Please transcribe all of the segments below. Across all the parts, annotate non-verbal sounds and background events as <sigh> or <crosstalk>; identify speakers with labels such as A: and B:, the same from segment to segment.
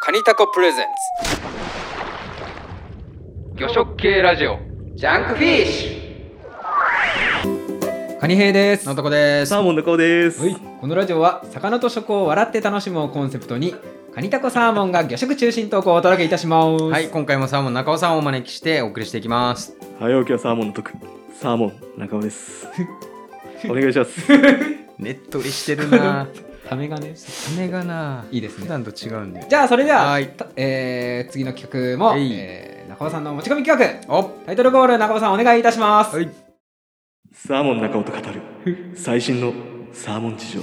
A: カニタコプレゼンツ魚食系ラジオジャンクフィッシュカニ兵です
B: なんとこです。
C: サーモンの顔です。
B: はい。
A: このラジオは魚と食を笑って楽しむをコンセプトにカニタコサーモンが魚食中心投稿をお届けいたします
B: はい、今回もサーモン中尾さんをお招きしてお送りしていきます。
C: 早起きはサーモンの徳。サーモン中尾です。
A: <laughs>
C: お願いします。
B: ねっとりしてる
A: <laughs>
B: な。
A: ためがね
B: サメがな。
A: いいですね
B: 普段と違うんで。
A: じゃあそれでは、
B: はい
A: たえー次の企画も、
B: はい
A: えー中尾さんの持ち込み企画
B: お
A: タイトルコール中尾さんお願いいたします、
B: はい。
C: サーモン中尾と語る最新のサーモン事情。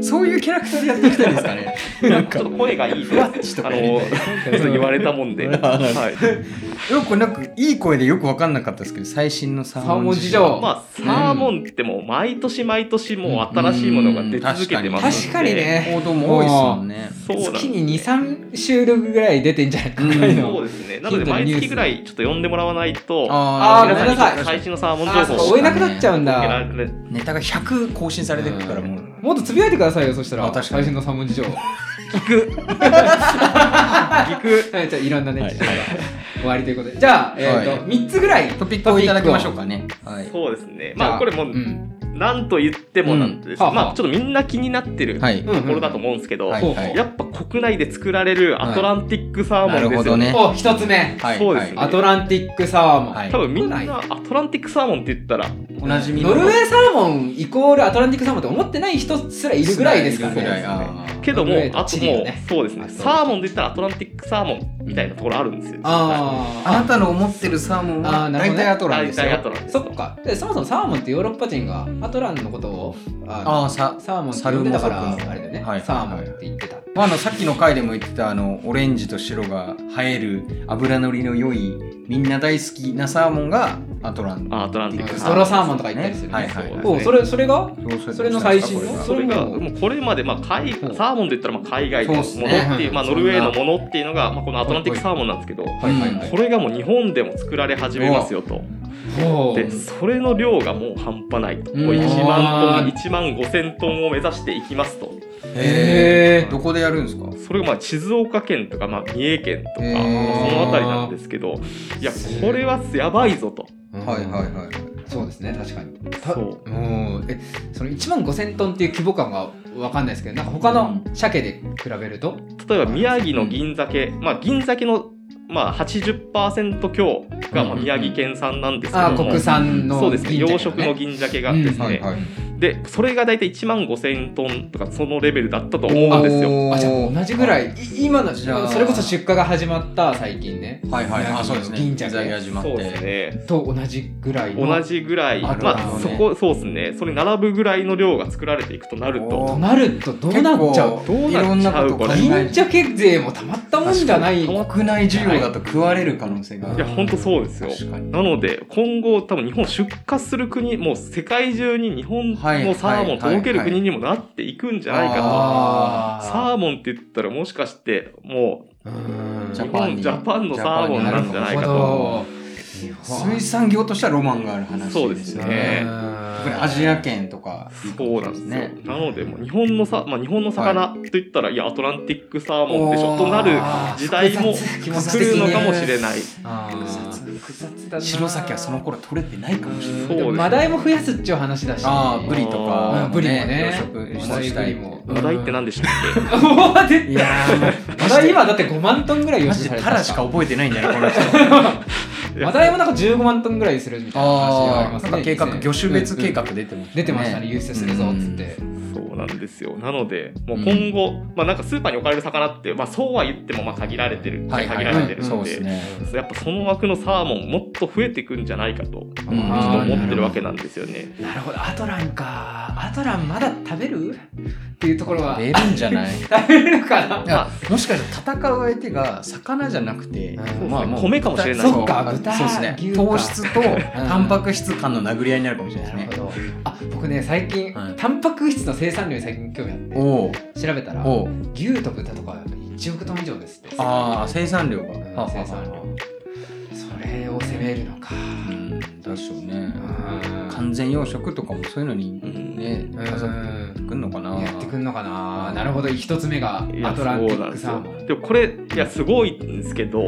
B: そういうキャラクターでやっていきたいんですかね。
C: なんか声がいいであのちょっと言われたもん
A: <laughs>
C: で。はい。
B: <laughs> よくなんかいい声でよくわかんなかったですけど、最新のサーモン事
A: サーモン事
B: 情。
A: 情
C: まあサーモンってもう毎年毎年もう新しいものが出続けてます
A: 確
C: んで。
A: かにね
B: 報道も多いですもんね。
C: そうなんです
A: 月に23収録ぐらい出てんじゃないかな、
B: うん
C: そうですね。なので毎月ぐらいちょっと呼んでもらわないと、
B: あ
A: ー
C: 皆
A: ごめんなさ
C: さん
A: い
C: に最新のサーモン
A: あーそ
C: 情
A: うか
C: 報を
A: 追えなくなっちゃうん
C: 受けら
A: だ
C: れる
B: ネタが100更新されてるからもう。
A: もっとつぶやいてくださいよそしたら
B: あ確か
A: 最
B: に
A: 新の三文字情
C: <laughs>
B: 聞く
A: はい、じゃあいろんなね、事情が終わりということで。じゃあ、えっ、と、
B: は
A: 3つぐらい
B: トピックをいただきましょうかね。はい。
C: そうですね。
A: じゃあ。
C: まあこれも
A: う。
C: うんなんと言ってもなんです、
A: うん
C: まあちょっとみんな気になってる
B: は
C: と
B: い。
A: うん
C: ころだと思うんですけど、
B: はい
A: ほうほう
B: はい
C: やっぱ国内で作られるアトランティックサーモンですよ、
B: なるほどね
A: お、一つ目。
B: はい。
C: そうですね
A: アトランティックサーモン。
B: はい
C: 多分みんな
A: 国内
C: アトランティックサーモンって言ったら
B: おなじみの
A: ノルウェーサーモンイコールアトランティックサーモンって思ってない人すらいるぐらいですから
B: いるぐらい
A: ね。
B: あー
C: けども
A: ノルウェー
C: あ
A: チ
C: と
A: リ
C: も
A: よ
C: う
A: ね
C: そうですね
B: あそう
C: サーモンで言ったらアトランティックサーモンみたいなところあるんですよ
B: あな
A: あ
B: たの思ってるサーモン
A: あー
B: は
A: なるほど
B: 大
A: ね
B: 体アト
C: あ
B: ランですよ。
C: アトラン
A: あ、
C: です
A: そっか。で、そもそもサーモンってヨーロッパ人がアトランのことをあ
B: ああ、さ
A: の、サーモンって呼んでたから、あれだよね、
B: はい
A: サーモンって言ってた。
B: まあ、あのさっきの回でも言ってたあのオレンジと白が映える脂のりの良いみんな大好きなサーモンがアトラン
C: あアトランティック
A: ス
C: サ
A: ト
C: ー
A: ロ
C: モン
A: ーサーモンとか言ったりするね。
B: はいはい
C: そう
B: は
C: で
B: い
C: すね
A: おそれ、それが
B: どうする
A: それの最新の
B: どうす
C: そ
B: るんですか
C: れが
B: こ
A: そう
C: もうこれまでまあ海
A: うん
C: サーモンで言ったらまあ海外のものって
B: そうです
C: いう
A: ね
C: まあ、ノルウェーのものっていうのが、まあ、このアトランティックサーモンなんですけど、
B: れははいはい
A: うん
B: はい
C: これがもう日本でも作られ始めますよと。
A: ほう
C: でそれの量がもう半端ないと、
A: うん
C: もう1万ト
A: うん
C: ン1万5,000トンを目指していきますと
A: へー
B: どこでやるんですか
C: それがまあ静岡県とかまあ三重県とか、
B: へー
C: まあその辺りなんですけどいや
A: すごい
C: これはやばいぞと
B: はいはいはい
A: そうですね確かにた
C: そ
A: う
C: う
A: んえその1万5000トンっていう規模感が分かんないですけどなんか他の鮭で比べると、
C: 例えば宮城の銀鮭、まあ、銀鮭のまあ80%強がまあ宮城県産なんですけ
A: あ
C: ど
A: あ
C: も、
A: 国産の
C: そうですね
A: 銀
C: 養
A: 鮭だ
C: 殖の銀鮭がですね、
A: うん
B: はいはい
C: でそれが大体1万5,000トンとかそのレベルだったと思うんですよ。
B: おー
A: あじゃあ同じぐらい、い今の
B: じゃあ
A: それこそ出荷が始まった最近ね
B: はいはいあそうですね
A: 銀鮭
B: 銀始まっ
C: そうです
B: て
C: ね
A: と同じぐらいの
C: 同じぐらい、
B: なるほど
C: まあ、
B: ね
C: そこそうですねそれに並ぶぐらいの量が作られていくとなる
A: と
B: お
C: と
A: なるとどうなっちゃう
B: 結構いろんなこと考え
C: ど
A: 銀鮭勢もたまったもんじゃない
C: 確かに
B: 国内需要だと食われる可能性が
C: いや本当そうですよ
B: 確かに
C: なので今後多分日本出荷する国もう世界中に日本のサーモンを届ける国にもなっていくんじゃないかと、
A: あー
C: サーモンって言ったらもしかしても
A: うん
C: ジャパンにジャパンのサーモンなんじゃないかと
A: なるほ
B: 水産業としてはロマンがある話
C: そうです
A: ど
C: ね
B: 特にアジア圏とか
C: うそうなんですよ
B: ね
C: なのでもう日本のさ、まあ、日本の魚と言ったら、い、やアトランティックサーモンでしょとなる時代も
A: 来
C: 来るのかもしれ <laughs> ない。
A: 複雑だな
B: 白崎はその頃取れてないかもしれない
C: そうですね
A: でもマダイも増やすっちゅう話だし
B: ああ、ブリと
A: う
B: か
A: ん、ブリもね
B: 養殖
A: マダイ
B: し
A: ブ
B: た
A: リ
B: い。
A: も
C: 話題って何でしたっけ
A: <laughs> おー出
B: い
A: た
B: やー、
A: マダイ今だって5万トンぐらい
B: マ
A: 養殖
B: ジ
A: さ
B: で
A: れ
B: タ
A: た
B: ラしか覚えてないんじゃないこの人。
A: マダイもなんか15万トンぐらいするみたいな話があります
B: な
A: ね
B: んか計画、魚種別計画
A: うん
B: 出てましたね。
A: 出てましたね輸出するぞっつって
C: そうなんですよなのでもう今後、まあ、なんかスーパーに置かれる魚って、まあ、そうは言ってもまあ限られてる、
B: はいは
C: 限
B: い
C: られてる
A: うん
C: の
B: そう
C: で,、
B: ですね。
C: やっぱその枠のサーモンもっと増えていくんじゃないかとちょっ
B: うん
C: と
A: あー
C: 思ってるわけなんですよね。
A: なるほどアトランかアトランまだ食べるっていうところは
B: 出るんじゃない
A: <laughs> 食べるのかな
C: ま
B: もしかしたら戦う相手が魚じゃなくて
A: うん、
B: まあもう
C: 米かもしれない
A: そっか豚
B: そうですね
A: 牛。か
B: 糖質とタンパク質間の殴り合いになるかもしれない
A: な
B: です
A: るほ
B: ね。
A: どあ僕ね最近、
B: はい
A: タンパク質の生産量に最近興味あって
B: おう
A: 調べたら
B: おう
A: 牛と豚とか1億トン以上ですって
B: ああ、生産量が
A: うん。生産量それを攻めるのか
B: うんだでしょうね
A: うん
B: 完全養殖とかもそういうのにね
A: うん
B: 飾ってくんのかな
A: やってくんのかななるほど一つ目が
C: いや
A: アトランティ
C: そうな
A: ッ
C: ん
A: ク
C: です
A: サー
C: よ
A: モン
C: でもこれいやすごいんですけど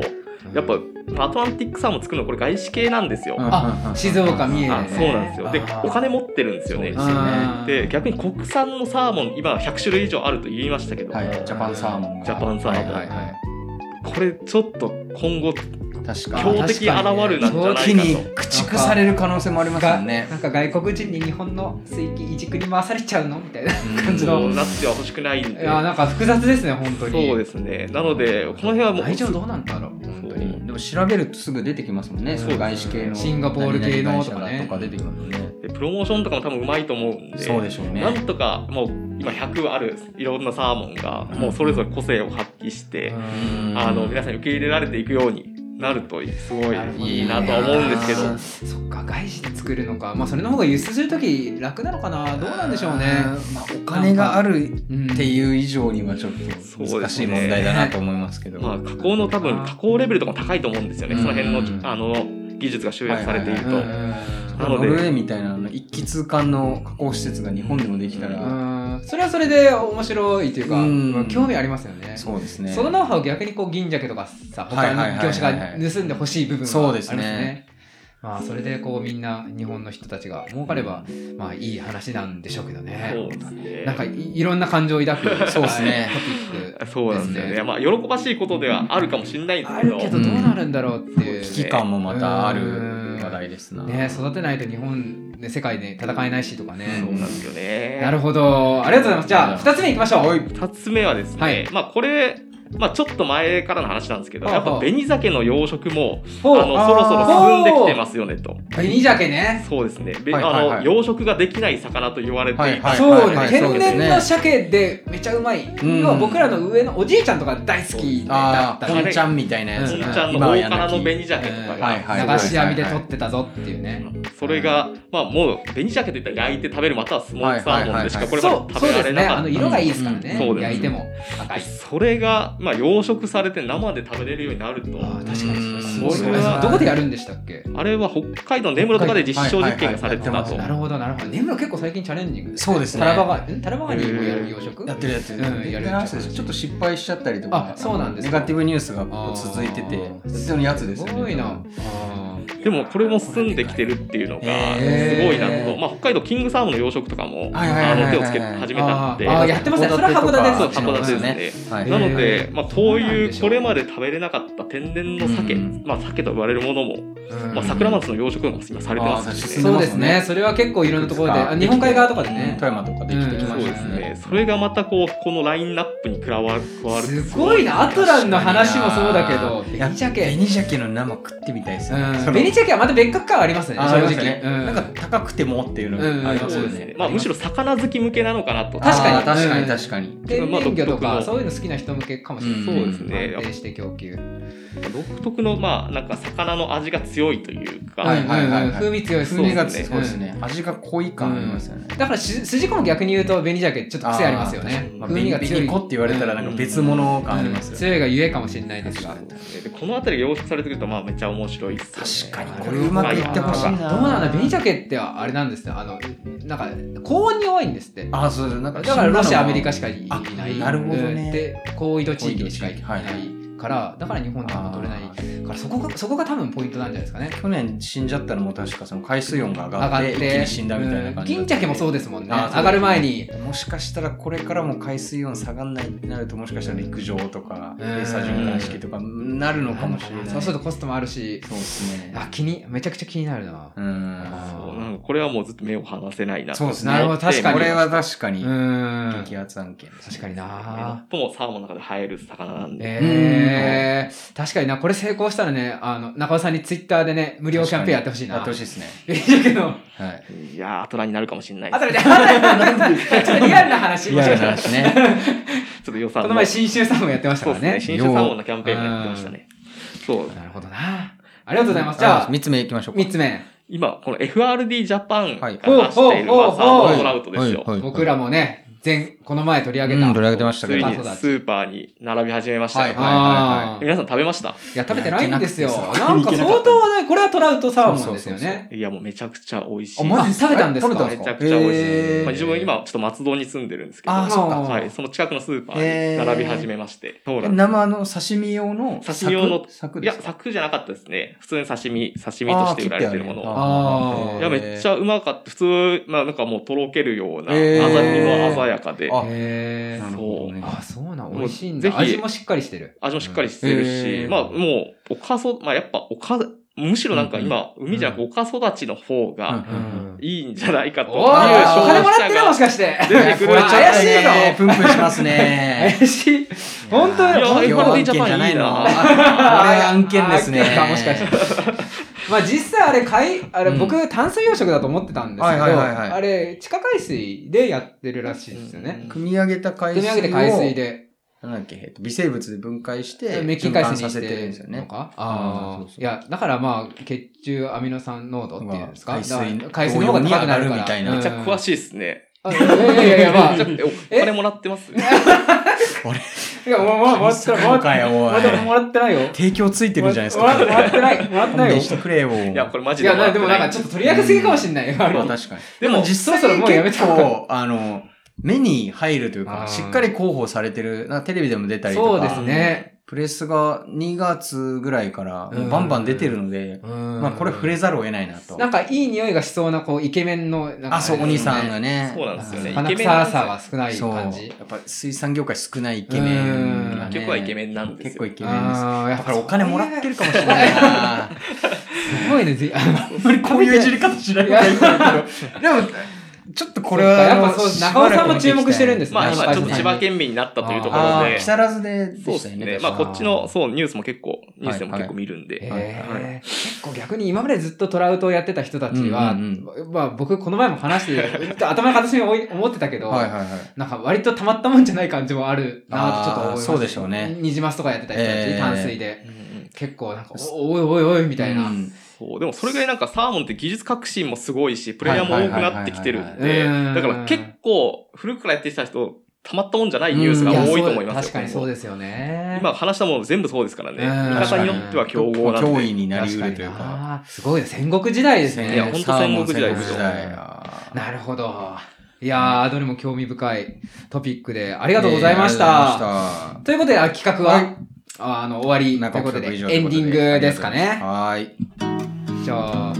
C: やっぱまあアトランティックサーモン作るのこれ外資系なんですよ、あ
A: あ静岡三重でね
C: そうなんですよで
A: あー
C: お金持ってるんですよね
B: そうですよね
A: あー
C: で逆に国産のサーモン今100種類以上あると言いましたけど、
B: はいジャパンサーモンが
C: ジャパンサーモン
B: はいはいはい
C: これちょっと今後
B: 確
C: 強
B: か
C: 敵現るなんじゃ
A: 強
C: な
B: 木
C: いか
B: に
C: と。
B: 駆逐される可能性もありますよね
A: なんか外国人に日本の水域いじくり回されちゃうのみたいない感じの
C: そうなっては欲しくないんで。
A: やなんか複雑ですね本当に
C: そうですね。なので、この辺はもう、
A: 大丈夫どうなんだろう本当
B: う
A: に
B: んでも調べるとすぐ出てきますもんね
A: そう
B: その外資系の
A: シンガポール系のとかね
B: 何々会社だとか出てきますもんね
C: でプロモーションとかも多分うまいと思うんで、
B: そうでしょうね
C: なんとかもう今100あるいろんなサーモンが、
B: うん
C: もうそれぞれ個性を発揮して、
B: うん
C: あの皆さんに受け入れられていくようになると、すごい
A: なるほどね
C: いいなとは思うんですけど
A: あ。ーそっか外資で作るのかまあそれの方が輸出する時楽なのかなどうなんでしょうね
B: まあお金がある
A: うん
B: っていう以上にはちょっと難しい問題だなと思いますけど、
C: まあ、加工の多分加工レベルとかも高いと思うんですよね、
B: うん
C: その辺のあの技術が集約されていると、
A: うんうん
C: なの
B: ノ
C: で
B: ルウェーみたいなあの一気通貫の加工施設が日本でもできたら、
A: うんそれはそれで面白いというか
B: うん
A: まあ興味ありますよね
B: そうですね
A: そのノウハウを逆にこう銀鮭とかさ
B: はい
A: 他
B: はいはい
A: の
B: はい
A: 業者が盗んでほしい部分は
B: そ
A: あり
B: う
A: ま
B: ですすね
A: ね。まあそれでこうみんな日本の人たちが儲かればまあいい話なんでしょうけどね。
C: そうですね
A: なんかいいろんな感情を抱く
B: そうですね
A: はいトピック。
C: そうなんですよね
A: ですね
C: まあ喜ばしいことではあるかもしれないんです
A: あ
C: けど
A: るけどどうなるんだろうっていう。
B: 危機感もまたある話題ですな、
A: ね育てないと日本で世界で戦えないしとかね。
C: そうなんですよね
A: なるほどありがとうございます。じゃあ二つ目いきましょう。
B: はい
C: 2つ目はですね、
A: はい
C: まあこれまあちょっと前からの話なんですけど
A: はあ
C: やっ
A: はあ
C: ぱ紅鮭の養殖もあ
A: ほう
C: のそろそろ進んできてますよねと
A: 紅鮭ね。
C: そうですねべ
B: はいはいはい
C: あの養殖ができない魚と言われてい
B: はい
C: た
B: はい
A: そう
B: は
A: ね、
B: いそ
A: 天
B: うですね
A: 然の鮭でめちゃうまい
B: ん
A: のは僕らの上のおじいちゃんとか大好きだ
B: あ
A: っ
B: あ
A: た
B: ポ
A: ね
B: ンちゃんみたいなやつ、
A: うん
C: 本ちゃんの
B: 今は
C: 大
B: や
C: 辛
B: なき
C: の紅鮭とか
A: うん
C: が、
B: はいはい
A: 流し網で取ってたぞっていうね。
C: それが、まあ、もう紅鮭といったら焼いて食べるまたはスモークサーモンでしかこれまで
A: そう
C: 食
A: そう
C: べら
A: です
C: れ
A: ね
C: なか
A: あ
C: っ
A: の
C: た
A: 色がいいですから
C: うんそう
A: ね
C: です
A: 焼いても赤い。
C: それが、まあ、養殖されて生で食べれるようになると
A: あー確かにすごい
C: うん
A: ねどこでやるんでしたっけ
C: あれは北海道の根室とかで実証実験がされてた
B: はいはいはい
C: と
B: や
A: な
B: っ
A: るほどなるほど。根室結構最近チャレンジング。
B: そうですね
A: タラバガんタラバガニもやる養殖
B: やってるやってる、
A: うんやるやつ
B: ちょっと失敗しちゃったりとか
A: あそうなんです
B: ネ
A: か
B: ガティブニュースがこう続いててそのやつですよね
A: すごいな。
C: でもこれも進んできてるっていうのが
B: へ
C: す
B: ー
C: ごいなと、まあ、北海道キングサーモンの養殖とかも
B: はいはいはいはい
C: あの手をつけ始めたんで
A: あーあーやってますねそれは函館です
C: そう
A: よ
C: 函館ですね、
B: は
A: へ
B: い
A: ー
C: なので、まあ、こう
A: そうなん
C: い
A: でし
C: う
A: ょう
C: これまで食べれなかった天然の鮭、
B: うん
C: まあ、鮭と言われるものも、
A: うん
C: まあ、桜松の養殖も今されてます
B: あー
C: し
B: 進ん
C: ね。
A: そうですね。それは結構いろんなところで、あ日本海側とかでね。
B: 富山とかできてき
A: そ
B: ま
A: う
C: そ
A: ですね
C: うで
B: した
C: す
B: ね
C: ね。それがまたこうこのラインナップに加わる加わる
A: すごいな、アトランの話もそうだけど、
B: いや
A: 紅鮭。
B: 紅鮭の生食ってみたいです
A: う
B: よね
A: ん、
B: その
A: 紅鮭はまた別格感ありますね、
B: あ
A: 正
B: ーありま
A: 直。
B: すね
A: うん
B: なんか高くてもっていうのがあります
C: そう
B: よ
C: ですね
B: ね。
C: まあ、むしろ魚好き向けなのかなと。
A: 確かに
B: あー確か
A: うん
B: に確かに。
A: 天然魚と
C: まあ独特
A: か、
C: の
A: そういうの好きな人向けかもしれない。
B: うんそうです
C: ね
A: 安定して供給。
C: 独特のまあなんか魚の味が強いというか、
B: はいはいはいはい
A: うんうん風味強いです
B: 風味
A: ね。
B: が
C: そうですね
B: そうですね。味が濃い感ありますよね。
A: だからし、筋子も逆に言うと、紅鮭、ちょっと癖ありますよ
C: あー確
A: ね
C: か。に
B: まあ、
A: 風味が
B: 紅
A: 強い。
B: 紅子って言われたらなんか別物感あります
A: うん
B: よね。
A: 強いがゆえかもしれないですが。
C: でこの辺りが養殖されてくるとまあめっちゃ面白いですよね、
B: 確かに
A: こ
B: こ
A: れ
B: れ
A: う
B: う
A: ま
B: ま
A: く
B: く
A: い
B: い
A: っ
B: ってて
A: ほ
B: ほ
A: し
B: し
A: い
B: い
A: な
B: な。
A: どうなんだ、紅鮭ってあれなんですね。あの、なんか、高温に弱いんですって。
B: あーそうなんか
A: だからロシア、アメリカ
B: し
A: しかい
B: あ
A: ない。
B: なるほどね
A: うんで、高緯度地域にしかいな
B: 高緯
A: い
B: 度地
A: から、だから日本でも取れないから、そこが、そこが多分ポイントなんじゃないですかね。
B: 去年死んじゃったのも確かその海水温が上
A: 上
B: が
A: がっ
B: っ
A: て
B: 一気
A: て
B: に、死んだみたいな感じ
A: 銀鮭もそう
B: で
A: ですもんね。
B: あそう
A: 上がる前に。
B: もしかしたらこれからも海水温下がんないってなるともしかしたら陸上とか
A: うん
B: 閉鎖循環式とかなるのかもしれない
A: そうするとコストもあるし、
B: そうですね
A: あ、気に、めちゃくちゃ気になるな。
B: うん
C: そうなんかこれはもうずっと目を離せないな
B: そうですね
A: なるほど確かに
B: これは確か
A: う
B: に
A: ん。
B: 激アツ案件です
A: 確かにな。
C: 最もサーモンの中で生える魚なんで、
A: えー、確かにな、これ成功したらね、あの、中尾さんにツイッターでね、無料キャンペーンやってほしいな。
B: やってほしいですね
A: 紅鮭の、
B: はい
C: いやーアトラになるかもしれないで
A: あ
C: す
A: とで、ちょ
B: <laughs>
A: っとリアルな話。
B: リアルな話 <laughs> ね
C: ちょっと予算
A: この
C: の
A: 前、新州サーモンやってました
C: そう
A: か
C: で
A: ら
C: すね
A: ね。
C: 新種サーモンのキャンペーンもやってましたねそう
A: なるほどな。ありがとうございます。じゃあ、
B: 3つ目いきましょうか
A: 3つ目。
C: 今この FRD ジャパンが
B: はい
C: 出している、
A: ほうほう
C: まあ、サ
A: ほ
C: ー
A: う
C: モ
A: ほう
C: ントラウトですよ、
B: はいはい
A: 僕らもね、全この前取り上げ
B: う
A: た。
B: ん取り上げてました
C: つ
B: け
C: い
B: ど
A: パ
C: に
A: ソだ
C: スーパーに並び始めましたよ、
B: はい
A: あーい
C: 皆さん食べました
A: や、食べてないんですよ。
B: いや行けなくて
A: なんか相当はね、
C: <laughs>
A: これはトラウトサーモンですよ
B: そうそう
A: ね。
C: いやもうめちゃくちゃ美味しい
B: あマジっ
A: あ食べたんですか
B: 食べたん
C: め
B: です
C: ち
B: か
C: ゃくちゃ美味しい、
B: へー
C: まあ、自分今ちょっと松戸に住んでるんですけど
B: あーそっか
A: も
C: はい、その近くのスーパーに並び始めまして、そうなんです
B: 生の刺身用の
C: 刺身用の
B: 柵
C: い
B: で
C: や
B: すか
C: 柵じゃなかったですね普通に刺身刺身として売られてるもの
A: ああ
C: いや、めっち
B: ゃ
C: ゃうまかった。普通、まあ、なんかもうとろけるような、
B: へー
C: 鮮色の鮮やかで、
B: あ
A: へ
C: な
A: ー
C: る
A: あ、そうなん、
C: もう
A: 美味しいん
C: ぜ
A: だ。
C: ひ
A: 味もしっかりしてる。
C: 味もしっかりしてるし、
B: へー
C: まあ、もう、おかそ、まあ、やっぱ、おか、むしろなんか今、海じゃなくおか育ちの方が
A: う
B: うんん。
C: いいんじゃないかという
A: おーお金
C: 消
A: もらっ
C: 費
A: て
C: 者
A: るも
C: が
A: し。かして。
C: 出てくる
A: いやこれ怪しいの
B: プンプンします
A: 怪
B: ね。
A: しい。本当だよ
B: いや
C: 本当だ
B: 要案件じゃないの。
C: い
B: こ
C: い
B: れ
C: な
B: 案件ですね
A: 案件。かもしかしてまあ実際あれ海あれ
B: うん
A: 僕炭水養殖だと思ってたんですけど、
B: はいはいはいはい
A: あれ地下海水でやってるらしいですよね。
B: 組み上げた海
A: 組
B: 水
A: み
B: を
A: 上げて海水で
B: なんだっけ、えっと微生物で分解して、
A: 滅菌海水
B: 循環
A: に
B: さ
A: し
B: せてるんです
A: て
B: よ
A: るの
B: ね。
A: か。
B: う
A: あ
B: んそう
A: あ
B: そう
A: いやだからまあ血中アミノ酸濃度っていうんですか。
B: まあ海
A: だ
B: 水
A: から海水の方が高くなるから
B: 同様に上がるみたいな
C: めっちゃ詳
A: い。
C: しいですね。
A: あいやいやいやまあ
C: めちゃくちゃお金もらってます。い
A: いやもうもうもらってないもらって
B: かよ、お
A: まだもらってないよ。
B: 提供ついてるんじゃないです
A: もらもらっ
B: か。
A: てないもらって
B: 勘
A: ないよ
B: 弁。してくれよ。い
C: や、これマ
A: い
C: ジで
A: や
C: もら
A: な
C: っ
A: で
C: て
A: も
C: な
A: なん
C: い。
A: かちょっと取り上げすぎかもしれないよ。あ
B: まあ
A: の
B: 確かに。
C: でも、
B: 実
A: そろそろ
B: 際
A: もうやめ
B: 結
A: た
B: 構、あの、目に入るという
A: あー
B: か、しっかり広報されてる、なんかテレビでも出たりとか、
A: そうですね。
B: プレスが2月ぐらいから
A: うん
B: バンバン出てるので、
A: ま
B: まあこれ触れざるを得ないなと。
A: なんかいい匂いがしそうなこうイケメンのなんか
B: あ、そう、お兄さんがね。
C: そうなんですよね。イケ
A: 鼻
C: メン
A: く
C: な
A: さ
C: んですよ
A: さが少ない
B: そう
A: 感じ
B: やっぱ水産業界少ないイケメンがね。
A: うん
C: 結構イケメンなんですよ
B: 結構イケメンです。
A: あーや
B: だ
A: っ
B: か
A: ぱ
B: らお金もらってるかもしれない
A: す
B: な。
A: ごいねぜ
B: <laughs>
A: あ
B: あんまりこういういじり方しない方がいいと思うけど。でも、ちょっとこれは、
A: そっかやっぱそう
B: あの
A: 中尾さんも注目してるんですね
C: まあ、
A: やっぱ
C: 今、
A: り
C: ちょ
A: ね
C: っと千葉県民になったというとこ
B: あ
C: ろ
B: あー、
C: で
B: 木。更津で
C: そう
B: で
C: で
B: し
C: す
B: たよね。
C: ね。
B: 確
C: ま
B: か
C: あ、こっちの、そう、ニュースも結構、ニュースでも結構見るんで。
A: えー
B: はい
A: 結構逆に今までずっとトラウトをやってた人たちは、
B: うん
A: まあ、僕この前も話して頭の片隅に思ってたけど、
B: はいはいはい。
A: なんか割とたまったもんじゃない感じもあるなとちょっと思いました
B: あーそうでしょうね
A: ニジマスとかやってた人たち、
B: えー
A: 淡水で
C: うんうん
A: 結構なんかおおいおいおいみたいな、
B: うん
C: そうでもそれぐらいなんかサーモンって技術革新もすごいしプレイヤーも多くなってきてるん
A: はいはい
C: で
A: はいはいはい
C: だから結構古くからやってきた人たまったもんじゃないニュースが多いと思いますよ
A: 確かにそうですよね。
C: 今話したもの全部そうですからね
A: うん
C: 見方によっては競合なんで
B: 脅威になりうるというか。
A: あーすごいね戦国時代です
C: いや
A: ね。
C: ほんと戦国時代
A: ですよ
B: 戦国時代あー
A: なるほど。いやー、どれも興味深いトピックで、ありがとうございました。
B: あ
A: ということで、あ企画は、
B: はい
A: ああの終わり
B: り
A: とい
B: がと
A: う
B: う
A: こ
B: ご
A: と
B: ざい
A: で、
B: ました。
A: エンディングですかね。
B: はい。あり
A: じゃあ、い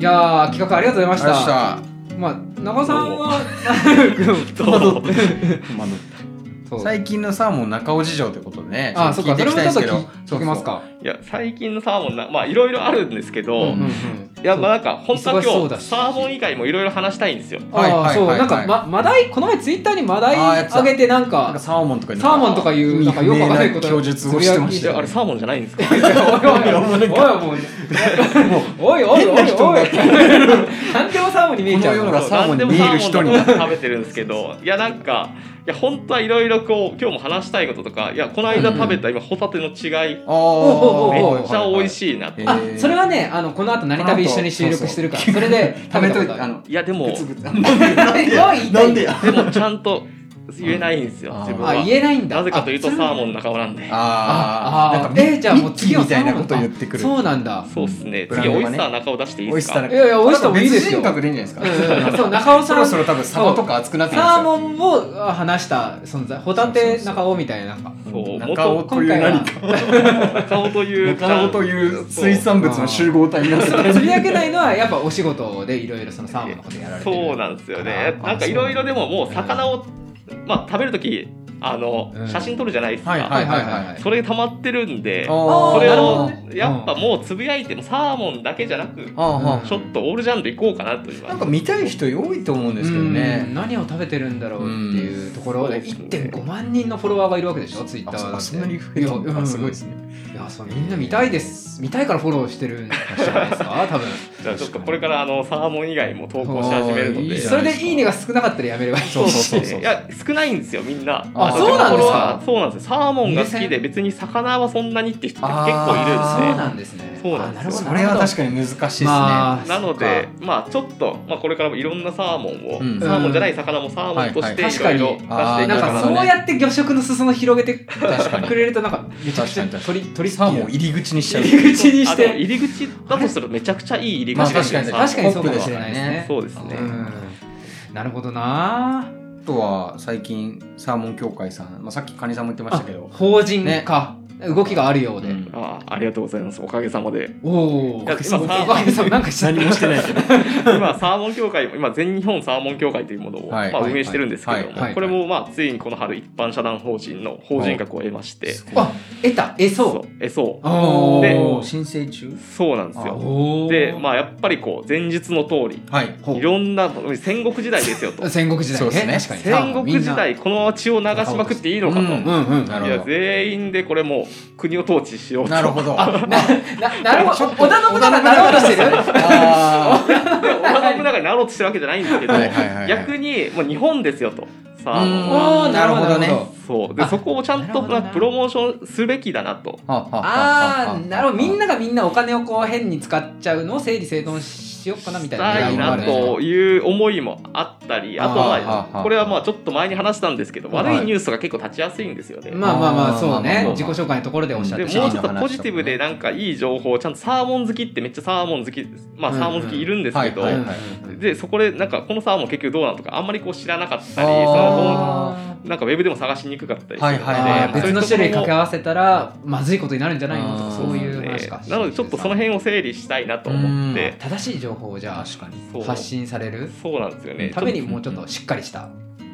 A: やー、企画ありがとうございま
B: がとうございまし
A: した。<laughs>
B: た。
A: まあ、中尾さんは、
C: ど <laughs> うも
B: まあ
A: そう
B: 最近のサーモン中尾事情ってことでね。
A: あー、そっ
B: 聞い
A: か、そ
B: てい
A: れも
B: きたい
A: ちょ
B: んで
A: っと
B: すけ
A: 聞聞
B: ど
A: きます。か。
C: いや最近のサーモンなまあいろいろあるんですけど、
B: うん
A: うんうん
C: いやまあなんか本当は
A: 忙しそう
C: 今
A: だ
C: 日
A: し
C: サーモン以外もいろいろ話したいんですよ
B: はいはい
A: ああ、そう、
B: はい
A: なんか
B: は、い
A: ま、マダイ、この前ツイッターにマダ
B: あーや
A: イ
B: ってた
A: あげて、なん
B: そうなん
A: か
B: か、サーモンとか
A: サーモンとかいう、なんかよくわかんないこと
B: 供述をしてま
A: い
B: し
C: い
B: た
A: や
C: や
B: よ
C: あれサーモンじゃないんですか
A: おいおいおいおいおいおいおいおいおいおい何でもサーモンに見えちゃう
B: この世の
A: の
B: がサーモ
C: 何
B: ンに
C: でも
B: 見える人に
C: サーモンのこと食べてるんですけどいやなんかいや本当はいろいろこう今日も話したいこととかいやこの間食べた今ホタテの違い
A: おう
B: あー
A: おうおう
C: めっちゃ美味しいなって
B: へ
A: あ
B: ー
A: それはねあのこの後何旅一緒に収録してるからそれで
B: 食べといて、あ
A: の
B: の、
C: いやでも
B: グツグツ。なんでや
C: でもちゃんと言えないんですよ
B: うん
C: 自分
A: あ
C: は
A: 言えないんだ
C: なぜかというと
A: あ
C: サ
A: それ
C: ーモンの仲間なんで
B: あ
A: あ
B: ー
A: あ
B: なんか
A: えじゃあもう次は
B: ミッキーみたいなこと言ってくる。
A: そうなんだ
C: そうっすね
B: ブラン
C: 次
B: ドが
C: オ
B: ね
C: イスター中を出していい
B: オ
C: で
B: イ
C: す
B: スタ
C: か
B: ー
A: いやいや美味しさもいいです
B: 別
A: よ
B: 人格でいいんじゃないですか。
A: そう中尾
B: そ
A: さ
B: ろ
A: ん
B: そ
A: サ
B: ろ多分サバとか熱くなってきますよ
A: ーモンを話した存在ホタテ中尾みたいな
C: そう
B: 中尾
A: 今
B: という
A: 回
B: 何
A: は
B: か
C: 中尾という
B: 中尾という水産物の集合体にな <laughs> って
A: 釣り上げないのはやっぱお仕事でいろいろそのサーモンのことやられてる
C: そうなんですよね
A: あ
C: なんかいろいろでももう魚をまあ食べる時あの
A: うん
C: 写真撮るじゃないです
B: はいは
C: か
B: いはいはい。
C: それが溜まってるんで
A: ー
C: それを
A: なるほど
C: やっぱもうつぶやいてもサーモンだけじゃなく
B: あー
A: うん
C: ちょっとオールジャンルいこうかなという
B: なんか見たい人多いと思うんですけど
A: うん
B: ね。
A: 何を食べてるんだろうっていうところ
C: うん
A: で1.5万人のフォロワーがいるわけでしょツイッタ
B: あそ
A: ーだ
B: っか
A: って
B: そんなに増えたん
A: いやう
B: だ
A: ん
B: すごいですね。
A: いやそうみんな見たいです見たいからフォローしてるんじゃないです
B: <laughs>
A: か多分
C: じゃあちょっとこれからあのサーモン以外も投稿し始めるの
B: いい
C: で
B: じゃん
A: それで「いいね」が少なかったらやめればいい
B: そうそうそう
C: いや少ないんですよみんな
A: あ
B: あー
C: の
A: そうなんですか
C: ところはそうなんですよサーモンが好
A: 優
C: きで
A: 先
C: 別に魚はそんなにって人って結構いるん
B: あ
A: そう
C: で
A: なんですね
C: そうなんですよ
B: それは確かに難しいですね、
A: まあ
C: なので、まあ、ちょっと、まあ、これからもいろんなサーモンを、
B: うん
C: サーモンじゃない魚もサーモンとして
A: はい
C: いろ
A: はい
C: いろ出して
A: 確
C: いく
B: かに
A: なん
B: あー
A: か
B: なるほど
A: そう
B: ね
A: やって魚食の裾野広げて
B: 確かに
A: くれるとなんかめちゃくちゃ
B: 確かに
A: 鳥鳥
B: サーモンを
A: 入
B: 入り口にしちゃう
A: り口にし
C: あの
A: て
C: 入り口だとするとめちゃくちゃいい入り
B: まあ
C: 口なんで
B: 確
C: す
B: か
C: よ
A: 確かに
B: にポ
A: そ
B: ッ
A: う
B: プ
A: か
B: で
A: も
B: す
A: し
B: よ
A: れないです
B: ね
A: ね
C: そうですね
A: うんなるほどな
B: あとは最近サーモン協会さん、まあ、さっきカニさんも言ってましたけど
A: 法人か動きがあるよう
B: う
A: で
B: ん
C: ああありがとうございますおかげさまで <laughs>
A: おお
C: いや今サーモン
A: おかげさまなんかしちゃった
B: 何もしてないけど
C: 今サーモン協会今全日本サーモン協会というものを、
B: はい
C: まあ、
B: はい
C: 運営してるんですけども、
B: はいはい
C: これも、まあ、ついにこの春一般社団法人の法人格を得まして、
A: あ得たえそう
C: そうえそう
A: お
C: で
A: ー
B: 申請中
C: そうなんですよ
A: おー
C: でまあやっぱりこう前日の通り
B: はい
A: ほう
C: いろんな戦国時代ですよと
A: 戦国時代
B: そうですね
A: 確かに
C: 戦国時代このまま血を流しまくっていいのかと、
B: うん
A: うんうん
B: なる
C: い
B: ほ
C: や
B: ど
C: 全員でこれもう国を統治しようと
B: なるほどあ
A: <laughs> ななるほど織田信長になろうとしてる
B: あー
C: で織田信長になろうとしてるわけじゃないんだけど
B: はいはいはいはい
C: 逆にもう日本ですよとさあ、
B: うん
A: おーなるほどね
C: そうで
A: あ
C: そこをちゃん
A: なる
C: と
A: ほど
C: ま
A: な
C: あプロモーションすべきだなと
B: はあはあはあは
A: あ
B: あ
A: あなるほどみんながみんなお金をこう変に使っちゃうのを整理整頓しようかなみたいな
C: したいなという思いもあったりあと
B: あーは
C: ま
B: ーはー
C: あこれはまあちょっと前に話したんですけど
B: はい
C: 悪いニュースが結構立ちやすいんですよね。
A: まあまあまあそう
B: あーまあまあま
A: ね
B: あ
A: 自己紹介のところでおっしゃっ
C: で
A: て
C: もう
A: ま
C: ち
A: し
C: ょ
A: た
B: う
C: っとポジティブでなんかいい情報ちゃんとサーモン好きってめっちゃサーモン好きまあサーモン好きいるんですけど、
B: は
A: う
B: い
A: ん
B: は
A: う
B: い
A: ん
B: はい
C: でそこでなんかこのサーモン結局どうなのとかあんまりこう知らなかったりそ
B: あー
C: の
A: あ
C: なんかウェブでも探しにくかったりするので、
B: はいはい
A: ー
B: はい
A: 別の
C: そう
A: 種
C: い
A: 類掛け
C: うところも
A: 合わせたらまずいことになるんじゃないのと
B: あ
A: か
B: ー
A: そういう話
C: ね
A: か
C: なのでちょっとその辺を整理したいなと思って
A: 正しい情報をじゃ
B: 確かに
C: そ
A: あ
C: う
A: 発信される
C: そうなんですよね
A: ために
C: ちょっ
A: もうちょっとしっかりした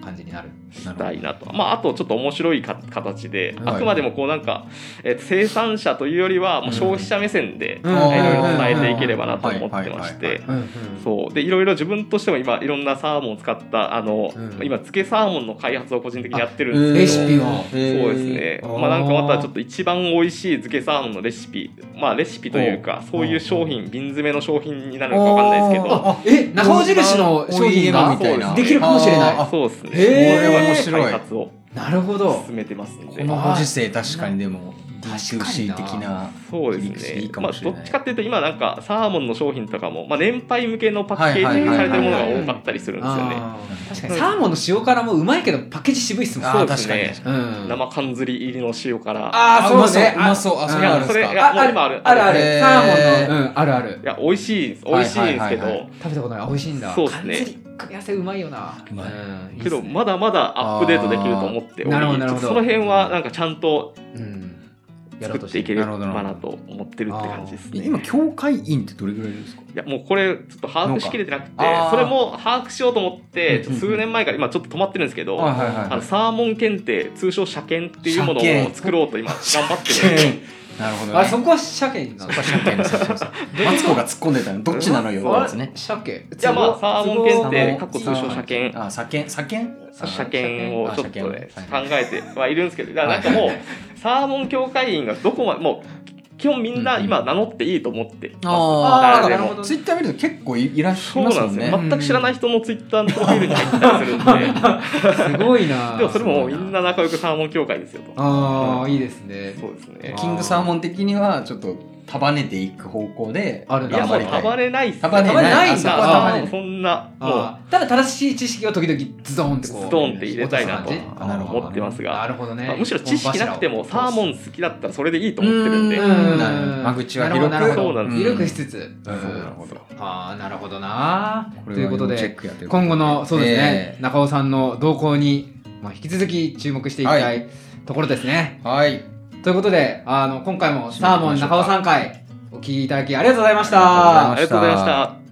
A: 感じになる
C: としたいなとまああとちょっと面白いか形で、
B: はい
C: あくまでもこうなんか、えー生産者というよりはもう消費者目線で、
A: うん
C: え
B: うん
C: ーいろいろ伝えていければなと思ってまし
B: はいはいはい
C: て
B: は。
A: うん
C: そうでいろいろ自分としても今いろんなサーモンを使ったあの、
A: うん
C: 今漬けサーモンの開発を個人的にやってるんですけど
A: レシピを
C: そうですね。
A: あー
C: まあなんかまたちょっと一番美味しい漬けサーモンのレシピ、まあレシピというか、そういう商品、瓶詰めの商品になるのかわかんないですけど、
B: あ
A: え中尾印の商品
B: あ
A: が
B: OEM みたいな
A: できるかもしれない
B: あーあ
C: そうですね。
A: へー
C: これは面白い開発を
A: なるほど
C: 進めてますん
B: こ
C: で。
B: のご時世確かにでも
A: 確かに
B: D2C
A: な
B: 的な
C: そうです
B: いい
C: ね
B: か
C: ま
B: も
C: あ、
B: し
C: ど
B: れない
C: っちかっていうと今なんかサーモンの商品とかも、まあ、年配向けのパッケージにされてるものが多かったりするんですよね。
A: あー確かにサーモンの塩辛もうまいけどパッケージ渋いっすもん
B: あ
C: そ
B: ー
C: うです
B: 確かに
C: ね
B: 確かに
A: うん
C: 生缶釣り入りの塩から
A: ああ
B: う
A: そう
B: まそう
A: ね
B: うまそうあそ
A: ん
B: うな
C: や
B: んです
C: それ
B: か
C: がもう今ある
A: あるある、
B: へー
A: サーモンの、うん、あるある
C: いや美味しいです美味しいですけど、
B: はいはいはいは
A: 食べたことない美味しいんだ
C: そうっすね
A: 缶詰組み合わせうまいよな
B: うまい
A: んいいっす
C: けど
A: ね
C: まだまだアップデートできると思っており
A: あーなるほどな
C: ち
A: る
C: ょ
A: ほど
C: っとその辺はなんかちゃんと
A: うんやろう
C: 作
A: と
C: っ
A: して
C: い
A: て
C: け
B: な
C: れ
B: るほ
C: ば
B: どなるほど
C: なと思ってるって感じですね。
B: 今教会員ってどれぐらいですか
C: いやもうこれちょっと把握しきれてなくて
B: 農家あー
C: それも把握しようと思って
B: うんうんうん
C: 数年前から今ちょっと止まってるんですけど、
B: はいはいはい
C: あのサーモン検定通称車検っていうもの
B: 車検
C: を作ろうと今頑張ってるんです
B: なるほどね
A: あそこは鮭になの
B: そこは鮭のそうそうそうマツコが突っ込んでたのどっちなのよってやつね
A: 鮭
C: じゃあまあサーモン検定
B: サーモン
C: 過去通称車検
B: あ車検車検
C: 車検をちょっとね
B: あ車検
C: 考えてはいるんですけどだからなんかもうサーモン協会員がどこまでもう基本みんな今名乗っていいと思ってます、
B: あ
A: ー
C: 誰で
A: なる
C: も
A: ほど
B: ツイッター見ると結構いらっしゃ
C: そ
B: いうます
C: な
B: も
C: ん
B: ん
C: で
B: ね
C: すよ全く知らない人のツイッターのプロフィールに入ったりするんで
A: すごいな
C: <laughs> でもそれもみんな仲良くサーモン協会ですよと
A: ああいいですね
C: そうですね
B: キングサーモン的にはちょっと束ねていく方向で
A: ある
C: いや
A: な
C: も
B: 張
C: う
B: りたい
C: 束ねないっす
B: 束ね
A: 束ねない
B: あ
A: ん
B: そ
A: だ
B: こは束ね
C: あ
B: ない
C: そんなも
A: あーただ正しい知識を時々ズドンってこう
C: ズドンって入れたいなと
A: 落す感じ
B: あなる
C: う
B: ほど
C: 思ってます
A: な
C: が
A: るほどね
C: まあむしろ知識なくてもサーモン好きだったらそれでいいと思ってるんで
B: う
C: そ
B: んなるほど間口は広く
A: なるほど
C: そうなん
A: なるほ
C: で
A: ど広
C: す
A: くしつつ
B: そうなる
A: あ
B: ほど
A: あーなるほどな
B: こと
A: い
B: れ
A: う
B: は
A: こと
B: 要チ
A: で
B: ェックやということ
A: 今
B: で
A: 後のそうですね、
B: え
A: 中尾さんの動向に、まあ、引き続き注目していきた
B: はい
A: ところですね。
B: はい
A: ということであの今回も
B: 締めていきましょうか
A: サーモン中尾さん回お聞きいただきありがとうございまし
B: ありがとうございました
A: た
C: ありがとうございました